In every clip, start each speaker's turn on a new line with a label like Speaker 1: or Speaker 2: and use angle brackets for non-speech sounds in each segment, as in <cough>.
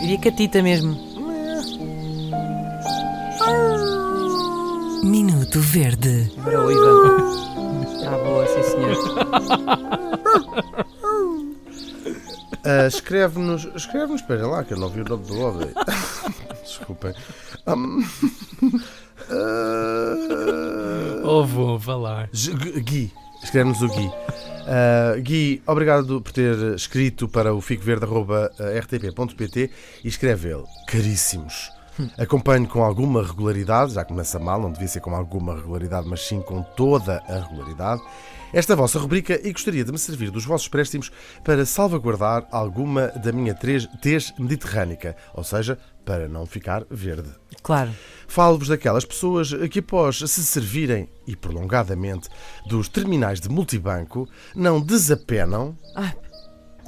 Speaker 1: Diria catita mesmo.
Speaker 2: Minuto Verde.
Speaker 1: Agora o Ivan. Está boa, sim senhor.
Speaker 3: Ah, escreve-nos, escreve-nos, espera lá, que eu não vi o nome do homem. <laughs> Desculpem. Ahm. Ah,
Speaker 4: Ou vou falar.
Speaker 3: G- G- Gui, escreve-nos o Gui. Ah, Gui, obrigado por ter escrito para o ah, ficoverde.rtp.pt e escreve ele, caríssimos. Acompanho com alguma regularidade, já começa mal, não devia ser com alguma regularidade, mas sim com toda a regularidade, esta vossa rubrica e gostaria de me servir dos vossos préstimos para salvaguardar alguma da minha três- tez mediterrânica, ou seja, para não ficar verde.
Speaker 1: Claro.
Speaker 3: Falo-vos daquelas pessoas que, após se servirem, e prolongadamente, dos terminais de multibanco, não desapenam.
Speaker 1: Ah.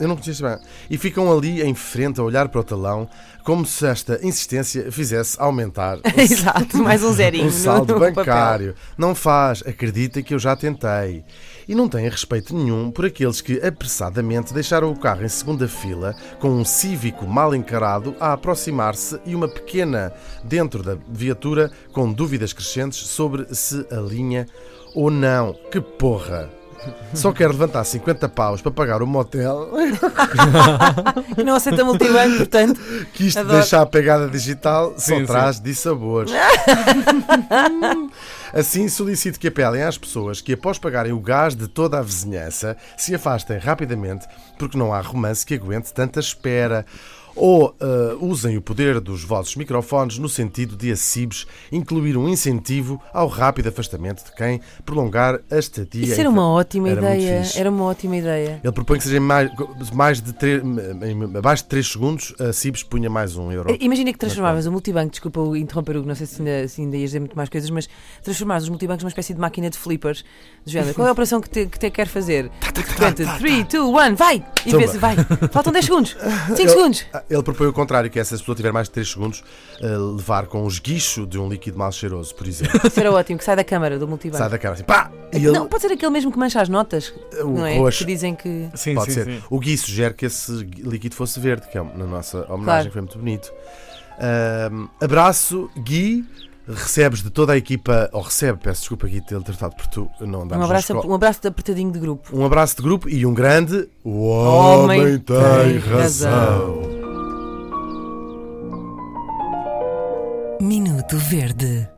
Speaker 3: Eu não conheço bem. E ficam ali em frente a olhar para o talão, como se esta insistência fizesse aumentar o
Speaker 1: <laughs> Exato, mais um zerinho.
Speaker 3: um saldo
Speaker 1: no- no papel.
Speaker 3: bancário. Não faz, acredita que eu já tentei. E não tenha respeito nenhum por aqueles que apressadamente deixaram o carro em segunda fila com um cívico mal encarado a aproximar-se e uma pequena dentro da viatura com dúvidas crescentes sobre se alinha ou não. Que porra! Só quero levantar 50 paus para pagar o motel
Speaker 1: E não aceita multibanco, portanto.
Speaker 3: que isto
Speaker 1: Adoro.
Speaker 3: deixar a pegada digital só
Speaker 4: Sim, sim.
Speaker 3: traz
Speaker 1: <laughs>
Speaker 3: dissabores. assim, solicito que apelem às pessoas que, após pagarem o gás de toda a vizinhança, se afastem rapidamente, porque não há romance que aguente tanta espera. Ou eh, usem o poder dos vossos microfones no sentido de a CIBS incluir um incentivo ao rápido afastamento de quem prolongar a estadia.
Speaker 1: Isso
Speaker 3: em
Speaker 1: era
Speaker 3: ca-
Speaker 1: uma ótima
Speaker 3: é Era muito
Speaker 1: ideia.
Speaker 3: fixe.
Speaker 1: Era uma ótima ideia.
Speaker 3: Ele propõe que seja mais, mais de três- em- abaixo de 3 segundos, a CIBS punha mais um euro.
Speaker 1: Imagina que transformavas o multibanco, desculpa o interromper, Hugo, não sei se ainda, se ainda ias dizer muito mais coisas, mas transformares os multibancos numa espécie de máquina de flippers, do género. Qual é a operação que te, que te quer
Speaker 3: <laughs>
Speaker 1: fazer?
Speaker 3: Tá,
Speaker 1: E de repente, 3, 2, 1, vai! E
Speaker 3: Tumba.
Speaker 1: vê-se,
Speaker 3: <laughs>
Speaker 1: vai! Faltam 10 segundos! 5
Speaker 3: Eu-
Speaker 1: segundos!
Speaker 3: Ah, Ele propõe o contrário, que é se a pessoa tiver mais de 3 segundos, eh, levar com o esguicho de um líquido mal cheiroso, por exemplo.
Speaker 1: <laughs> Isso era ótimo, que sai da câmara do multibanco.
Speaker 3: Sai da cara assim, pá! E ele,
Speaker 1: Não, pode ser aquele mesmo que mancha as notas,
Speaker 3: o
Speaker 1: não é?
Speaker 3: roxo.
Speaker 1: Que dizem que.
Speaker 4: Sim,
Speaker 3: Pode
Speaker 4: sim,
Speaker 3: ser.
Speaker 4: sim.
Speaker 3: O Gui sugere que esse líquido fosse verde, que é na nossa homenagem,
Speaker 1: Claro.
Speaker 3: que foi muito bonito. Ahm, abraço, Gui. Recebes de toda a equipa, ou recebe, peço desculpa, Gui, ter tratado por tu, não dá
Speaker 1: Um abraço, um abraço de apertadinho de grupo.
Speaker 3: Um abraço de grupo e um grande. O
Speaker 1: Homem
Speaker 3: homem, tem
Speaker 1: tem razão.
Speaker 3: razão.
Speaker 2: Minuto Verde.